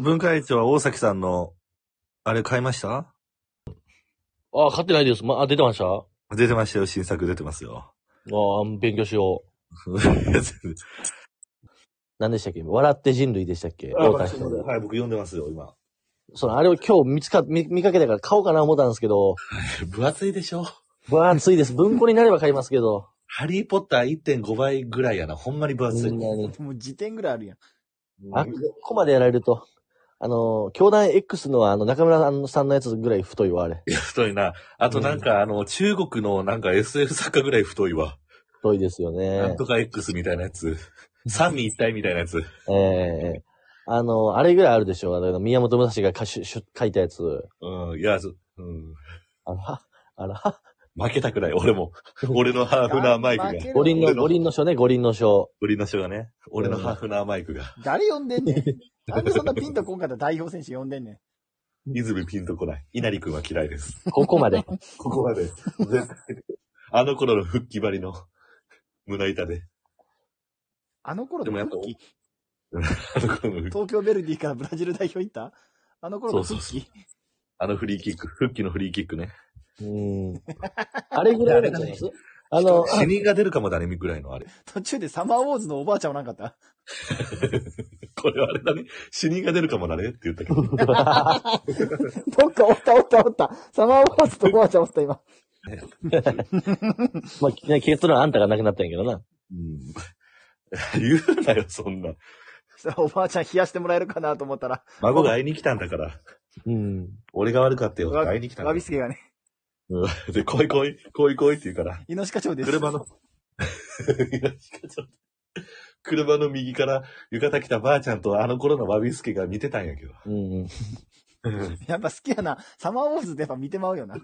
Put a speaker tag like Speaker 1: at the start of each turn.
Speaker 1: 文化庁は大崎さんの、あれ買いました
Speaker 2: あ、買ってないです。ま、あ、出てましたあ
Speaker 1: 出てましたよ、新作出てます よ。
Speaker 2: あ、勉強しよう。何でしたっけ笑って人類でしたっけ
Speaker 1: あ
Speaker 2: 太
Speaker 1: は
Speaker 2: 田
Speaker 1: い、
Speaker 2: 光で
Speaker 1: 僕読んでますよ、今。
Speaker 2: その、あれを今日見つか、見見かけたから買おうかな思ったんですけど、
Speaker 1: 分厚いでしょ
Speaker 2: 分厚いです。文庫になれば買いますけど。
Speaker 1: ハリーポッター1.5倍ぐらいやな。ほんまに分厚い。
Speaker 2: みんなに。
Speaker 3: もう辞典ぐらいあるやん。
Speaker 2: あっこまでやられると。あの、教団 X のあの、中村さんのやつぐらい太いわ、あれ。
Speaker 1: 太いな。あとなんか、あの、中国のなんか SF 作家ぐらい太いわ。
Speaker 2: 太いですよね。
Speaker 1: なんとか X みたいなやつ。三位一体みたいなやつ。
Speaker 2: ええあの、あれぐらいあるでしょあの、宮本武蔵がかしゅしゅ書いたやつ。
Speaker 1: うん、いや、そうん。
Speaker 2: あら、あら、
Speaker 1: 負けたくない、俺 も。俺のハーフナーマイクが。
Speaker 3: 負ける
Speaker 2: 五輪
Speaker 1: 俺
Speaker 2: の、
Speaker 1: の
Speaker 2: 五輪の書ね、五輪の書。
Speaker 1: 俺の人がね。俺のハーフナーマイクが。
Speaker 3: 誰呼んで んねん。なんでそんなピンとこんかった代表選手呼んでんねん。
Speaker 1: 泉ピンとこない。稲荷くんは嫌いです。
Speaker 2: ここまで。
Speaker 1: ここまで。絶対あの頃の復帰張りの胸板で。
Speaker 3: あの頃
Speaker 1: でもやっ
Speaker 3: の
Speaker 1: ぱ
Speaker 3: 復帰
Speaker 1: あの頃の復帰
Speaker 3: 東京ベルディからブラジル代表行ったあの頃の
Speaker 1: そう
Speaker 3: 復
Speaker 1: そ
Speaker 3: 帰
Speaker 1: あのフリーキック、復帰のフリーキックね。
Speaker 2: うん。あれぐらいなんじゃないですあの、
Speaker 1: 死人が出るかもだね、ぐらいのあれ。
Speaker 3: 途中でサマーウォーズのおばあちゃんおらんかった
Speaker 1: これあれだね。死人が出るかもだねって言ったけど。
Speaker 3: どっかおったおったおった。サマーウォーズとおばあちゃんおった今。
Speaker 2: まあ、ね結論あんたがなくなったんやけどな。
Speaker 1: うん、 言うなよ、そんな。
Speaker 3: そしたらおばあちゃん冷やしてもらえるかなと思ったら、
Speaker 1: 孫が会いに来たんだから。
Speaker 2: うん。
Speaker 1: 俺が悪かったよ。
Speaker 3: わ
Speaker 1: 会いに来たんだ
Speaker 3: わびすけがね、
Speaker 1: うん で、来い来い、来い来いって言うから。
Speaker 3: イノシカ町です。
Speaker 1: 車の、 車の右から浴衣着たばあちゃんとあの頃のわびすけが見てたんやけど。
Speaker 2: うん。
Speaker 3: やっぱ好きやな。サマーウォーズってやっぱ見てまうよな。